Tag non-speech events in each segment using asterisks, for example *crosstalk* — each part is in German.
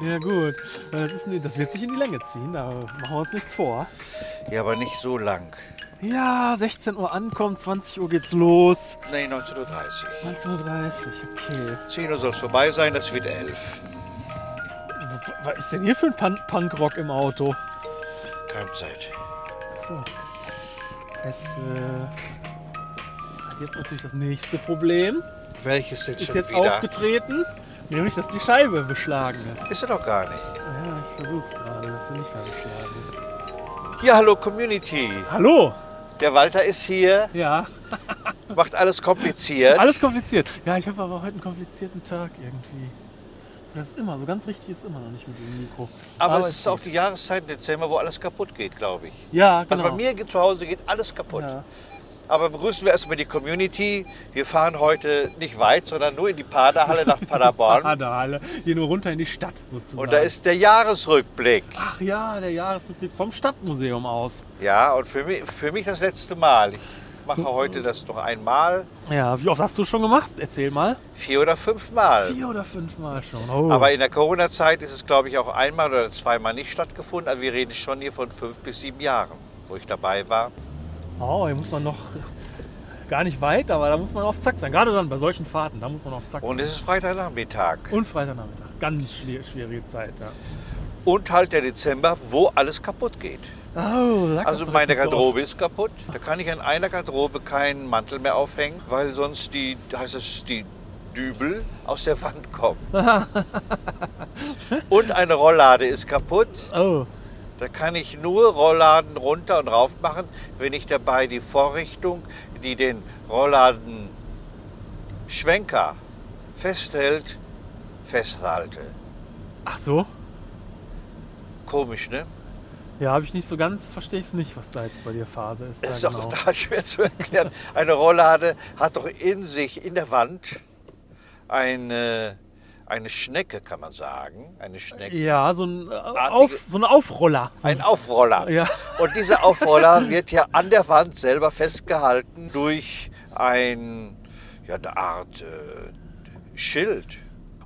Ja gut, Weil das, ist, nie- das wird sich in die Länge ziehen, da machen wir uns nichts vor. Ja, aber nicht so lang. Ja, 16 Uhr ankommen, 20 Uhr geht's los. Nee, 19.30 Uhr. 19.30 Uhr, okay. 10 Uhr soll es vorbei sein, das wird 11. W- Was ist denn hier für ein Punk Punkrock im Auto? Keimzeit. So. Es äh, hat jetzt natürlich das nächste Problem. Welches denn Ist schon jetzt wieder? aufgetreten, nämlich dass die Scheibe beschlagen ist. Ist er doch gar nicht. Ja, ich versuch's gerade, dass sie nicht mehr beschlagen ist. Ja, hallo Community. Hallo! Der Walter ist hier, Ja, macht alles kompliziert. Alles kompliziert. Ja, ich habe aber heute einen komplizierten Tag irgendwie. Das ist immer so ganz richtig ist immer noch nicht mit diesem Mikro. aber, es ist auch geht. die Jahreszeit im Dezember, wo alles kaputt geht, glaube ich. Ja, genau. Also bei mir geht- zu Hause geht alles kaputt. Ja. Aber begrüßen wir erstmal die Community. Wir fahren heute nicht weit, sondern nur in die Paderhalle nach *laughs* Ah, Paderborn. da alle. Hier nur runter in die Stadt sozusagen. Und da ist der Jahresrückblick. Ach ja, der Jahresrückblick vom Stadtmuseum aus. Ja, und für mich, für mich das letzte Mal. Ich mache heute das noch einmal, Ja, wie oft hast du schon gemacht? Erzähl mal. vier oder fünfmal. Vier oder fünfmal schon. Oh. Aber in der Corona-Zeit ist es, glaube ich, auch einmal oder zweimal nicht stattgefunden. Aber wir reden schon hier von fünf bis sieben Jahren, wo ich dabei war. oh, hier muss man noch gar nicht weit, aber da muss man auf Zack sein. Gerade dann bei solchen Fahrten, da muss man auf Zack Und sein. es ist Freitagnachmittag. Und Freitagnachmittag. Ganz schwier- schwierige Zeit, ja. Und halt der Dezember, wo alles kaputt geht. Oh, sag das Also doch meine jetzt nicht so oft. Garderobe ist kaputt. Da kann ich an einer Garderobe keinen Mantel mehr aufhängen, weil sonst die, heißt es, die Dübel aus der Wand *laughs* kommen. und eine Rolllade ist kaputt. Oh. Da kann ich nur Rollladen runter und rauf machen, wenn ich dabei die Vorrichtung, die den Rollladenschwenker festhält, festhalte. Ach so. Komisch, ne? Ja, habe ich nicht so ganz, verstehe ich es nicht, was da jetzt bei dir Phase ist. Das ist da auch genau. total schwer zu erklären. Eine Rolllade hat doch in sich, in der Wand, eine, eine Schnecke, kann man sagen. Eine Schnecke. Ja, so ein, äh, auf, so ein Aufroller. So Ein Aufroller. Ja. Und dieser Aufroller wird ja an der Wand selber festgehalten durch ein, ja, eine Art äh, Schild.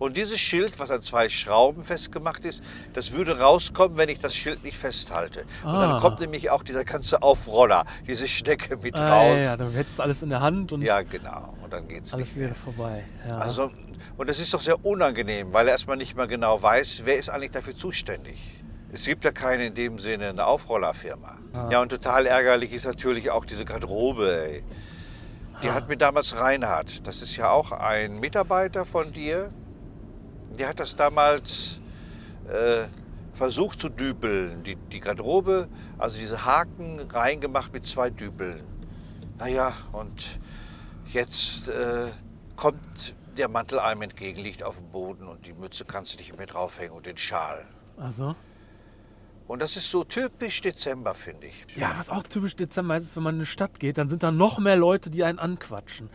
Und dieses Schild, was an zwei Schrauben festgemacht ist, das würde rauskommen, wenn ich das Schild nicht festhalte. Und Ah. dann kommt nämlich auch dieser ganze Aufroller, diese Schnecke mit ah, raus. Ja, ja, dann hättest du alles in der Hand und Ja, genau. Und dann geht's alles nicht wäre mehr. vorbei. Ja. Also, und das ist doch sehr unangenehm, weil er erstmal nicht mal genau weiß, wer ist eigentlich dafür zuständig. Es gibt ja keine in dem Sinne eine Aufrollerfirma. Ja, und total ärgerlich ist natürlich auch diese Garderobe. Ey. Die hat mir damals Reinhard, das ist ja auch ein Mitarbeiter von dir, der hat das damals äh, versucht zu dübeln. Die, die Garderobe, also diese Haken reingemacht mit zwei Dübeln. Naja, und jetzt äh, kommt der Mantel einem entgegen, liegt auf dem Boden und die Mütze kannst du nicht mehr draufhängen und den Schal. also. Und das ist so typisch Dezember, finde ich. Ja, was auch typisch Dezember ist, ist, wenn man in die Stadt geht, dann sind da noch mehr Leute, die einen anquatschen.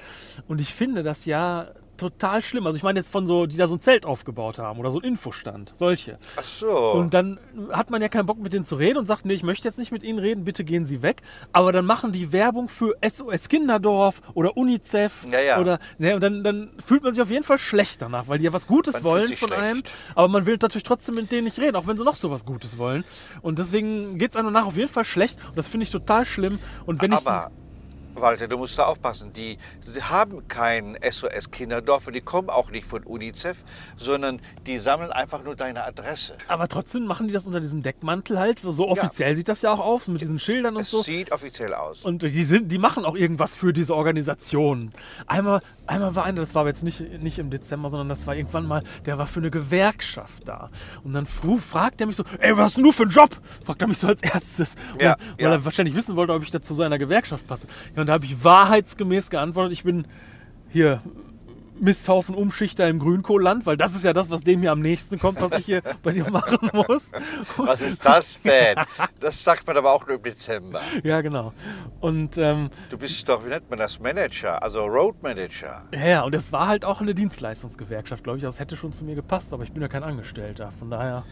Und ich finde das ja total schlimm. Also ich meine jetzt von so, die da so ein Zelt aufgebaut haben oder so ein Infostand, solche. Ach so. Und dann hat man ja keinen Bock mit denen zu reden und sagt, nee, ich möchte jetzt nicht mit ihnen reden, bitte gehen sie weg. Aber dann machen die Werbung für SOS Kinderdorf oder UNICEF Ja, ja. oder ne, und dann, dann fühlt man sich auf jeden Fall schlecht danach, weil die ja was Gutes Man fühlt wollen sich von schlecht. einem. Aber man will natürlich trotzdem mit denen nicht reden, auch wenn sie noch so was Gutes wollen. Und deswegen geht es einem danach auf jeden Fall schlecht. Und das finde ich total schlimm. Und wenn Aber, Walter, du musst da aufpassen. Die sie haben kein SOS-Kinderdorf und die kommen auch nicht von UNICEF, sondern die sammeln einfach nur deine Adresse. ich. Aber trotzdem machen die das unter diesem Deckmantel halt. So offiziell sieht das ja auch aus, mit diesen Schildern und Es so. sieht offiziell aus. Also Und die, sind, die machen auch irgendwas für diese Organisation. Einmal, einmal war einer, das war aber jetzt nicht, nicht im Dezember, sondern das war irgendwann mal, der war für eine Gewerkschaft da. Und dann fru- fragt er mich so, ey, was hast denn du für einen Job? Fragt er mich so als erstes. Und, Ja, weil ja. er wahrscheinlich wissen wollte, ob ich da zu seiner Gewerkschaft passe. Ja, und da habe ich wahrheitsgemäß geantwortet, ich bin hier Misthaufen Umschichter im Grünkohlland, weil das ist ja das, was dem hier am nächsten kommt, was *laughs* ich hier bei dir machen muss. Was ist das denn? Das sagt man aber auch nur im Dezember. Ja, genau. Und ähm, Du bist doch, wie nennt man das, Manager, also Road Manager. Ja, Ja, und es war halt auch eine Dienstleistungsgewerkschaft, glaube ich. Das hätte schon zu mir gepasst, aber ich bin ja kein Angestellter. Von daher.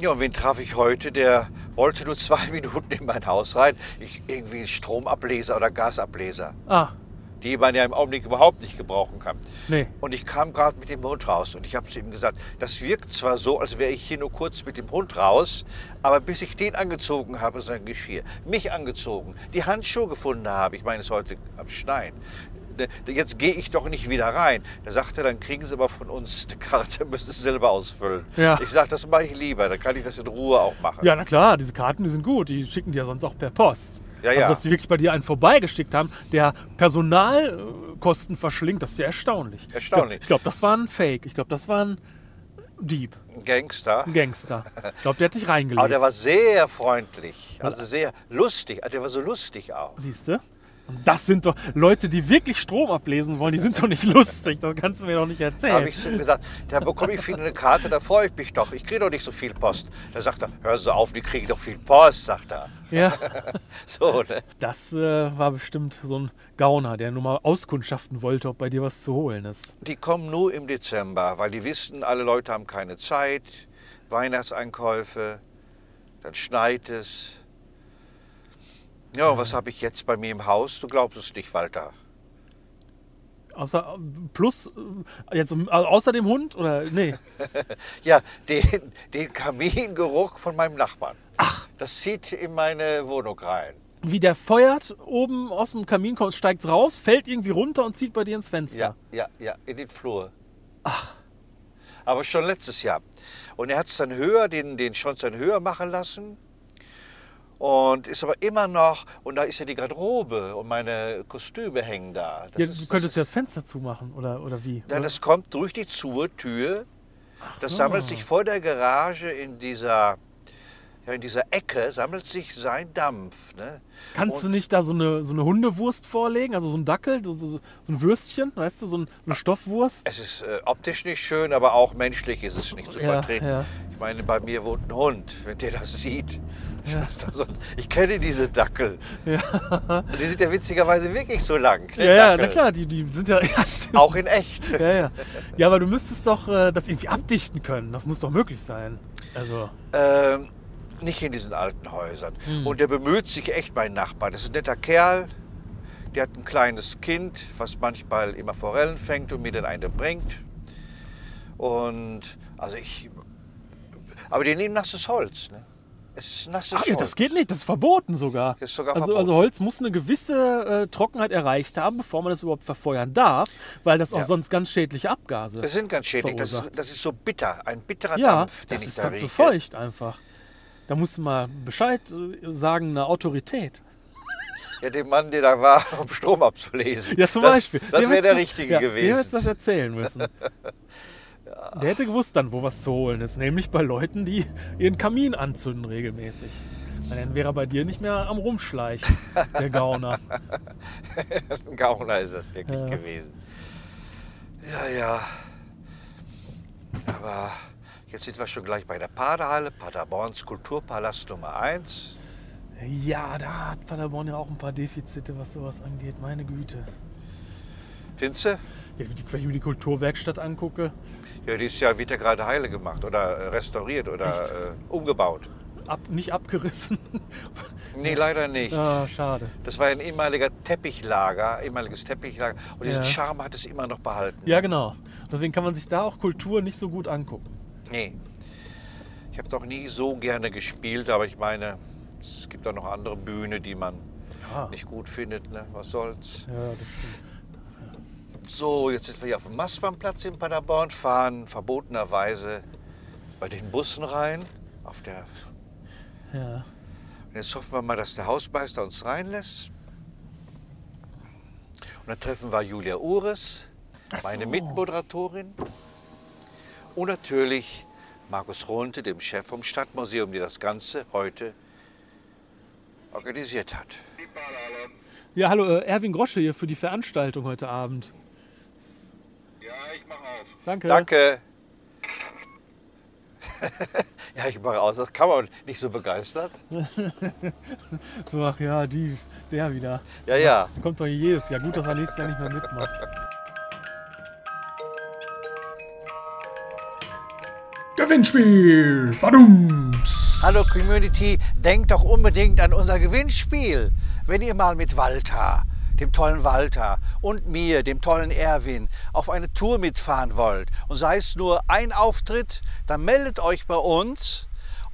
Ja, und wen traf ich heute? Der wollte nur *laughs* zwei Minuten in mein Haus rein. Ich, irgendwie ein Stromableser oder Gasableser. Ah, die man ja im Augenblick überhaupt nicht gebrauchen kann. Nee. Und ich kam gerade mit dem Hund raus und ich habe zu ihm gesagt, das wirkt zwar so, als wäre ich hier nur kurz mit dem Hund raus, aber bis ich den angezogen habe, sein Geschirr, mich angezogen, die Handschuhe gefunden habe, ich meine es ist heute am Schneien, ne, jetzt gehe ich doch nicht wieder rein. Da sagte er, dann kriegen Sie aber von uns eine Karte, *laughs* müssen Sie selber ausfüllen. Ja. Ich sage, das mache ich lieber, dann kann ich das in Ruhe auch machen. Ja, na klar, diese Karten, die sind gut. Die schicken die ja sonst auch per Post. Ja, also, ja. dass die wirklich bei dir einen vorbeigeschickt haben, der Personalkosten verschlingt, das ist ja erstaunlich. Erstaunlich. Ich glaube, glaub, das war ein Fake. Ich glaube, das war ein Dieb, Gangster. ein Gangster. Ich glaube, der hat dich Aber reingelegt. der war sehr freundlich, also sehr lustig. Also Der war so lustig auch. Siehst du? Und das sind doch Leute, die wirklich Strom ablesen wollen, die sind doch nicht *laughs* lustig. Das kannst du mir doch nicht erzählen. Habe ich zu ihm gesagt, da bekomme ich viel eine Karte, da freue ich mich doch. Ich kriege doch nicht so viel Post. Da sagt er, hören Sie auf, die kriegen doch viel Post, sagt er. ja, So, ne? das äh, war bestimmt so ein Gauner, der nur mal auskundschaften wollte, ob bei dir was zu holen ist. Die kommen nur im Dezember, weil die wissen, alle Leute haben keine Zeit. Weihnachtseinkäufe, dann schneit es. Ja, und was habe ich jetzt bei mir im Haus? Du glaubst es nicht, Walter. Außer, plus, äh, jetzt um- au- außer dem Hund oder? *laughs* Nee. Ja, den, den Kamingeruch von meinem Nachbarn. Ach. Das zieht in meine Wohnung rein. Wie der feuert, oben aus dem Kamin kommt, steigt raus, fällt irgendwie runter und zieht bei dir ins Fenster. Ja, ja, ja, in den Flur. Ach. Aber schon letztes Jahr. Und er hat es dann höher, den, den Schornstein höher machen lassen. Und ist aber immer noch, und da ist ja die Garderobe und meine Kostüme hängen da. Das Ja, ist- du das könntest ist- ja das Fenster zumachen oder, oder wie? Nein, oder? das kommt durch die Zur-Tür. Das sammelt sich vor der Garage in dieser, ja, in dieser Ecke, sammelt sich sein Dampf. Ne? Kannst du nicht da so eine, so eine Hundewurst vorlegen, also so ein Dackel, so, so, so ein Würstchen, weißt du, so, ein, so Ah. eine Stoffwurst? Es ist äh, optisch nicht schön, aber auch menschlich ist es nicht zu Ja, vertreten. ja. Ich meine, bei mir wohnt ein Hund, wenn der das sieht. Das ist da so ein- ich kenne diese Dackel. Und die sind ja witzigerweise wirklich so lang. Ne, Ja, ja, Dackel. na klar, die, die sind ja. *laughs* Ja, stimmt. Auch in echt. Ja, ja. ja, aber du müsstest doch äh, das irgendwie abdichten können. Das muss doch möglich sein. Also, Ähm, nicht in diesen alten Häusern. Hm. Und der bemüht sich echt, mein Nachbar. Das ist ein netter Kerl. Der hat ein kleines Kind, was manchmal immer Forellen fängt und mir dann eine bringt. Und also ich. Aber die nehmen nasses Holz. Ne? Es ist nasses ach Holz. ja, das geht nicht, das ist verboten sogar. Das ist sogar also, verboten. also Holz muss eine gewisse äh, Trockenheit erreicht haben, bevor man es überhaupt verfeuern darf, weil das auch Ja. sonst ganz schädliche Abgase. Das sind ganz schädlich. Das ist, verursacht. das ist so bitter. Ein bitterer ja, Dampf, den das ich ist da dann zu rieche. feucht einfach. Da musst du mal Bescheid äh, sagen, eine Autorität. Ja, dem Mann, der da war, *laughs* um Strom abzulesen. *laughs* Ja, zum das, Beispiel. Das Dem wäre der hättest du- Richtige ja, dem hättest gewesen. du das *laughs* erzählen müssen. Der hätte gewusst dann, wo was zu holen ist. Nämlich bei Leuten, die ihren Kamin anzünden regelmäßig. Dann wäre er bei dir nicht mehr *laughs* am Rumschleichen, der Gauner. Ein Gauner ist das wirklich gewesen. Ja, ja. Aber jetzt sind wir schon gleich bei der Paderhalle, Paderborns Kulturpalast Nummer 1. Ja, da hat Paderborn ja auch ein paar Defizite, was sowas angeht. Meine Güte. Findest du? Ja, die- Wenn ich mir die Kulturwerkstatt angucke, Ja, dieses Jahr wird ja gerade heile gemacht oder äh, restauriert oder äh, umgebaut. ab, nicht *laughs* abgerissen. Nee, leider nicht. ah, schade. Das war ja ein ehemaliger Teppichlager, ehemaliges Teppichlager. Und diesen Ja. Charme hat es immer noch behalten. Ja, genau. Deswegen kann man sich da auch Kultur nicht so gut angucken. Nee. Ich habe doch nie so gerne gespielt, aber ich meine, es gibt auch noch andere Bühne, die man Ja. nicht gut findet. Ne? Was soll's? Ja, das stimmt. So, jetzt sind wir hier auf dem Mastbahnplatz in Paderborn, fahren verbotenerweise bei den Bussen rein. Auf der Ja. Und jetzt hoffen wir mal, dass der Hausmeister uns reinlässt. Und dann treffen wir Julia Ures, meine Mitmoderatorin. Und natürlich Markus Rohnte, dem Chef vom Stadtmuseum, der das Ganze heute organisiert hat. Ja, hallo, äh, Erwin Grosche hier für die Veranstaltung heute Abend. Ja, ich mach auf. Danke. Danke. *laughs* ja, ich mache aus, das kann man nicht so begeistert. So, ach ja, die, der wieder. Ja, ja. Kommt doch jedes Jahr. Gut, dass er nächstes Jahr nicht mehr mitmacht. Gewinnspiel! Badums! Hallo Community, denkt doch unbedingt an unser Gewinnspiel. Wenn ihr mal mit Walter, dem tollen Walter und mir, dem tollen Erwin, auf eine Tour mitfahren wollt und sei es nur ein Auftritt, dann meldet euch bei uns.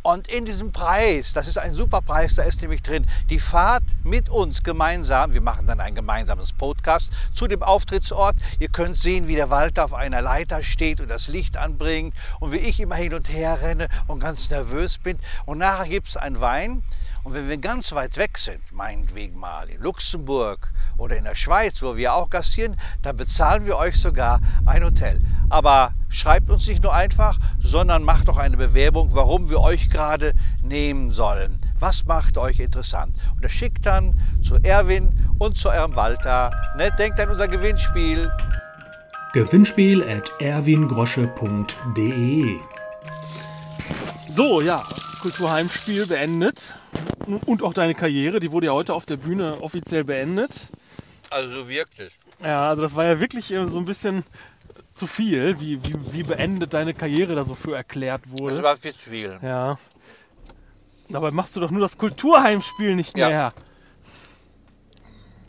Und in diesem Preis, das ist ein super Preis, da ist nämlich drin die Fahrt mit uns gemeinsam. Wir machen dann ein gemeinsames Podcast zu dem Auftrittsort. Ihr könnt sehen, wie der Walter auf einer Leiter steht und das Licht anbringt und wie ich immer hin und her renne und ganz nervös bin. Und nachher gibt es einen Wein. Und wenn wir ganz weit weg sind, meinetwegen mal in Luxemburg oder in der Schweiz, wo wir auch gastieren, dann bezahlen wir euch sogar ein Hotel. Aber schreibt uns nicht nur einfach, sondern macht doch eine Bewerbung, warum wir euch gerade nehmen sollen. Was macht euch interessant? Und das schickt dann zu Erwin und zu eurem Walter. Ne? Denkt an unser Gewinnspiel. Gewinnspiel at erwingrosche.de So, ja, Kulturheimspiel beendet. Und auch deine Karriere, die wurde ja heute auf der Bühne offiziell beendet. Also wirklich. Ja, also das war ja wirklich äh, so ein bisschen zu viel, wie, wie, wie beendet deine Karriere da so für erklärt Das wurde. Also war viel zu viel. Ja. Dabei machst du doch nur das Kulturheimspiel nicht Ja. mehr.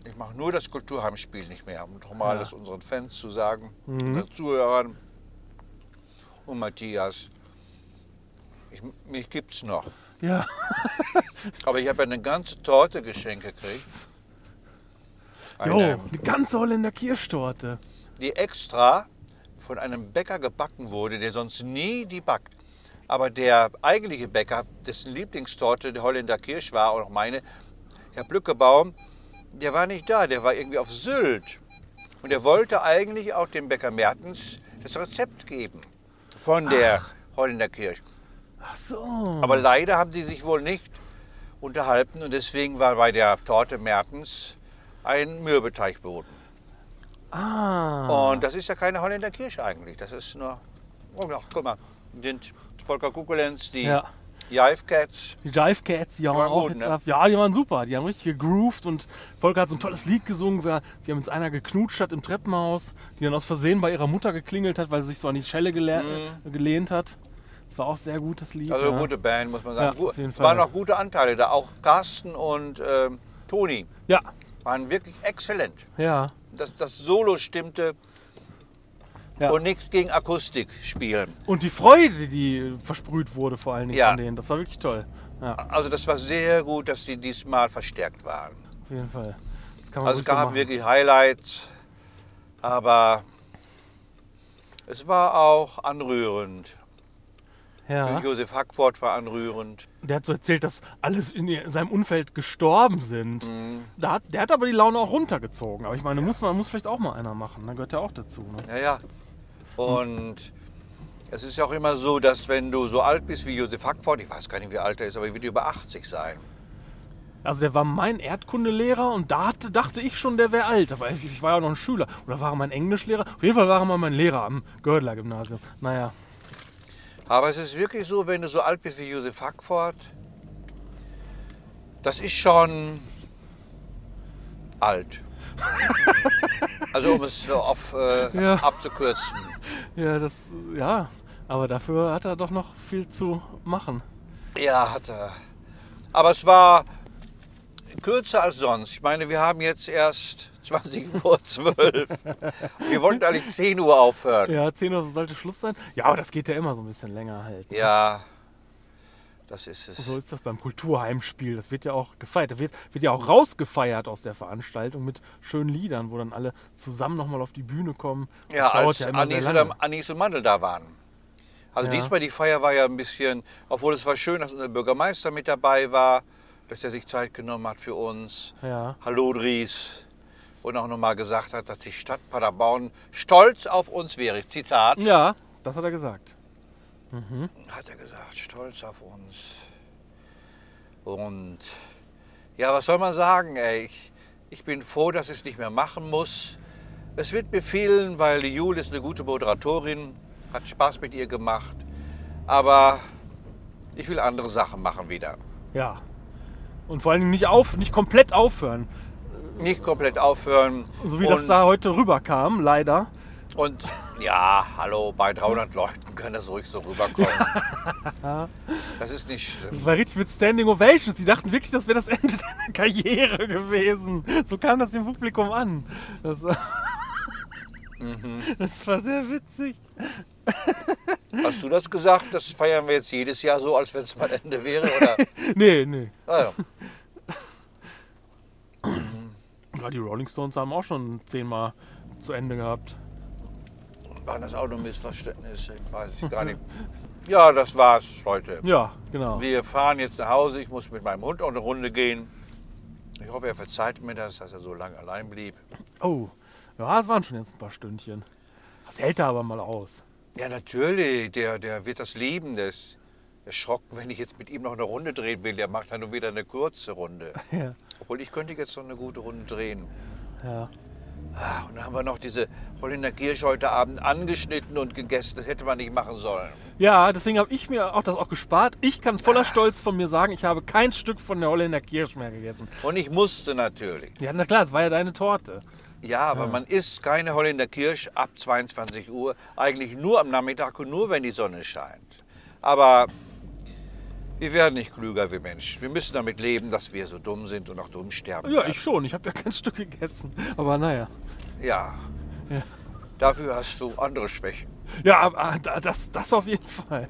Ich mache nur das Kulturheimspiel nicht mehr, um nochmal das unseren Fans zu sagen, unseren Zuhörern und Matthias. Ich, mich gibt's noch. Ja. Aber ich habe eine ganze Torte geschenkt gekriegt. Jo, Eine, eine ganze Holländer Kirschtorte. die extra von einem Bäcker gebacken wurde, der sonst nie die backt. Aber der eigentliche Bäcker, dessen Lieblingstorte der Holländer Kirsch war und auch meine, Herr Blückebaum, der war nicht da, der war irgendwie auf Sylt. Und er wollte eigentlich auch dem Bäcker Mertens das Rezept geben von der Holländer Kirsch. Ach so. Aber leider haben sie sich wohl nicht unterhalten und deswegen war bei der Torte Mertens ein Mürbeteigboden. Ah. Und das ist ja keine Holländer Kirche eigentlich. Das ist nur. Oh ja, guck mal. Sind Volker Kukulenz, die Ja. Jive Cats. Die Dive Cats, die haben waren auch gut, jetzt ne? ab. Ja, die waren super. Die haben richtig gegroovt und Volker hat so ein tolles Lied gesungen. Wir, wir haben jetzt einer geknutscht hat im Treppenhaus, die dann aus Versehen bei ihrer Mutter geklingelt hat, weil sie sich so an die Schelle gele äh, gelehnt hat. Das war auch sehr gut, das Lied. Mhm. Also ja. gute Band, muss man sagen. Ja, Gu- auf jeden Es waren Fall. auch gute Anteile da. Auch Carsten und ähm, Toni Ja, waren wirklich exzellent. ja. Das, das Solo stimmte. Ja. Und nichts gegen Akustik spielen. Und die Freude, die versprüht wurde vor allen Dingen Ja. von denen, das war wirklich toll. Ja, Also das war sehr gut, dass die diesmal verstärkt waren. auf jeden Fall. Das kann man Also es ruhig so gab machen. wirklich Highlights, aber es war auch anrührend. ja. Josef Hackford war anrührend. Der hat so erzählt, dass alle in ihr- in seinem Umfeld gestorben sind. Mhm. Da hat, der hat aber die Laune auch runtergezogen. Aber ich meine, muss man muss vielleicht auch mal einer machen. Da gehört ja auch dazu. Ne? Ja, ja. Und es ist ja auch immer so, dass wenn du so alt bist wie Josef Hackford, ich weiß gar nicht, wie alt er ist, aber er wird über 80 sein. Also der war mein Erdkundelehrer und da hatte, dachte ich schon, der wäre alt. Aber ich, ich war ja noch ein Schüler. Oder war er mein Englischlehrer? Auf jeden Fall war er mal mein Lehrer am Gördler Gymnasium. Naja, Aber es ist wirklich so, wenn du so alt bist wie Josef Hackford, das ist schon alt. also um es so auf, äh, Ja. abzukürzen. ja, das, ja. Aber dafür hat er doch noch viel zu machen. Ja, hat er. Aber es war kürzer als sonst. Ich meine, wir haben jetzt erst *laughs* 20 vor 12. Wir wollten eigentlich 10 Uhr aufhören. Ja, 10 Uhr sollte Schluss sein. Ja, aber das geht ja immer so ein bisschen länger halt. Ja, das ist So es. ist das beim Kulturheimspiel. Das wird ja auch gefeiert. Das wird, wird ja auch rausgefeiert aus der Veranstaltung mit schönen Liedern, wo dann alle zusammen nochmal auf die Bühne kommen. Das Ja, dauert als ja immer Anis, sehr oder, lange. Anis und Mandel da waren. Also Ja. diesmal die Feier war ja ein bisschen, obwohl es war schön, dass unser Bürgermeister mit dabei war, dass er sich Zeit genommen hat für uns. Ja. Hallo Dries. Und auch nochmal gesagt hat, dass die Stadt Paderborn stolz auf uns wäre. Zitat. Ja, das hat er gesagt. hat er gesagt, stolz auf uns. Und ja, was soll man sagen, ey? Ich, ich bin froh, dass ich es nicht mehr machen muss. Es wird mir fehlen, weil die Jule ist eine gute Moderatorin, hat Spaß mit ihr gemacht. Aber ich will andere Sachen machen wieder. Ja. Und vor allen Dingen nicht auf, nicht komplett aufhören. Nicht komplett aufhören. So wie und das da heute rüberkam, leider. Und ja, hallo, bei 300 Leuten kann das ruhig so *laughs* rüberkommen. das ist nicht schlimm. Das war richtig mit Standing Ovations. Die dachten wirklich, das wäre das Ende *laughs* deiner Karriere gewesen. So kam das dem Publikum an. Das war, *laughs* das war sehr witzig. Hast du das gesagt? Das feiern wir jetzt jedes Jahr so, als wenn es mein Ende wäre? Oder? Nee, nee. Also, Ja, die Rolling Stones haben auch schon zehnmal zu Ende gehabt. waren das auch nur Missverständnisse? Weiß ich gar nicht. Ja, das war's, Leute. Ja, genau. Wir fahren jetzt nach Hause. Ich muss mit meinem Hund auch eine Runde gehen. Ich hoffe, er verzeiht mir das, dass er so lange allein blieb. Oh, ja, es waren schon jetzt ein paar Stündchen. Das hält er aber mal aus. Ja, natürlich. Der, der wird das lieben. Der ist erschrocken, wenn ich jetzt mit ihm noch eine Runde drehen will. Der macht dann nur wieder eine kurze Runde. *laughs* Ja, Obwohl, ich könnte jetzt noch eine gute Runde drehen. ja. Ah, und dann haben wir noch diese Holländer Kirsch heute Abend angeschnitten und gegessen. Das hätte man nicht machen sollen. ja deswegen habe ich mir auch das auch gespart. Ich kann voller Stolz von mir sagen, ich habe kein Stück von der Holländer Kirsch mehr gegessen. Und ich musste natürlich. Ja, na klar, es war ja deine Torte. Ja, aber man isst keine Holländer Kirsch ab 22 Uhr. Eigentlich nur am Nachmittag und nur, wenn die Sonne scheint. Aber wir werden nicht klüger, wir Menschen. Wir müssen damit leben, dass wir so dumm sind und auch dumm sterben. Ja, werden. ich schon. Ich habe ja kein *laughs* Stück gegessen. Aber naja. Ja. Ja. Dafür hast du andere Schwächen. Ja, aber ah, das, das auf jeden Fall.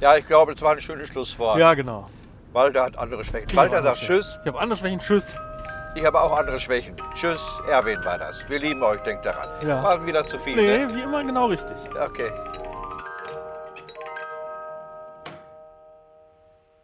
Ja, ich glaube, das war ein schönes Schlusswort. Ja, genau. Walter hat andere Schwächen. Ich Walter hab sagt andere Schwächen. Tschüss. Ich habe andere Schwächen. Tschüss. Ich habe auch andere Schwächen. Tschüss, Erwin war das. Wir lieben euch, denkt daran. Ja. Machen wieder zu viel. Nee, Ne? wie immer genau richtig. Okay.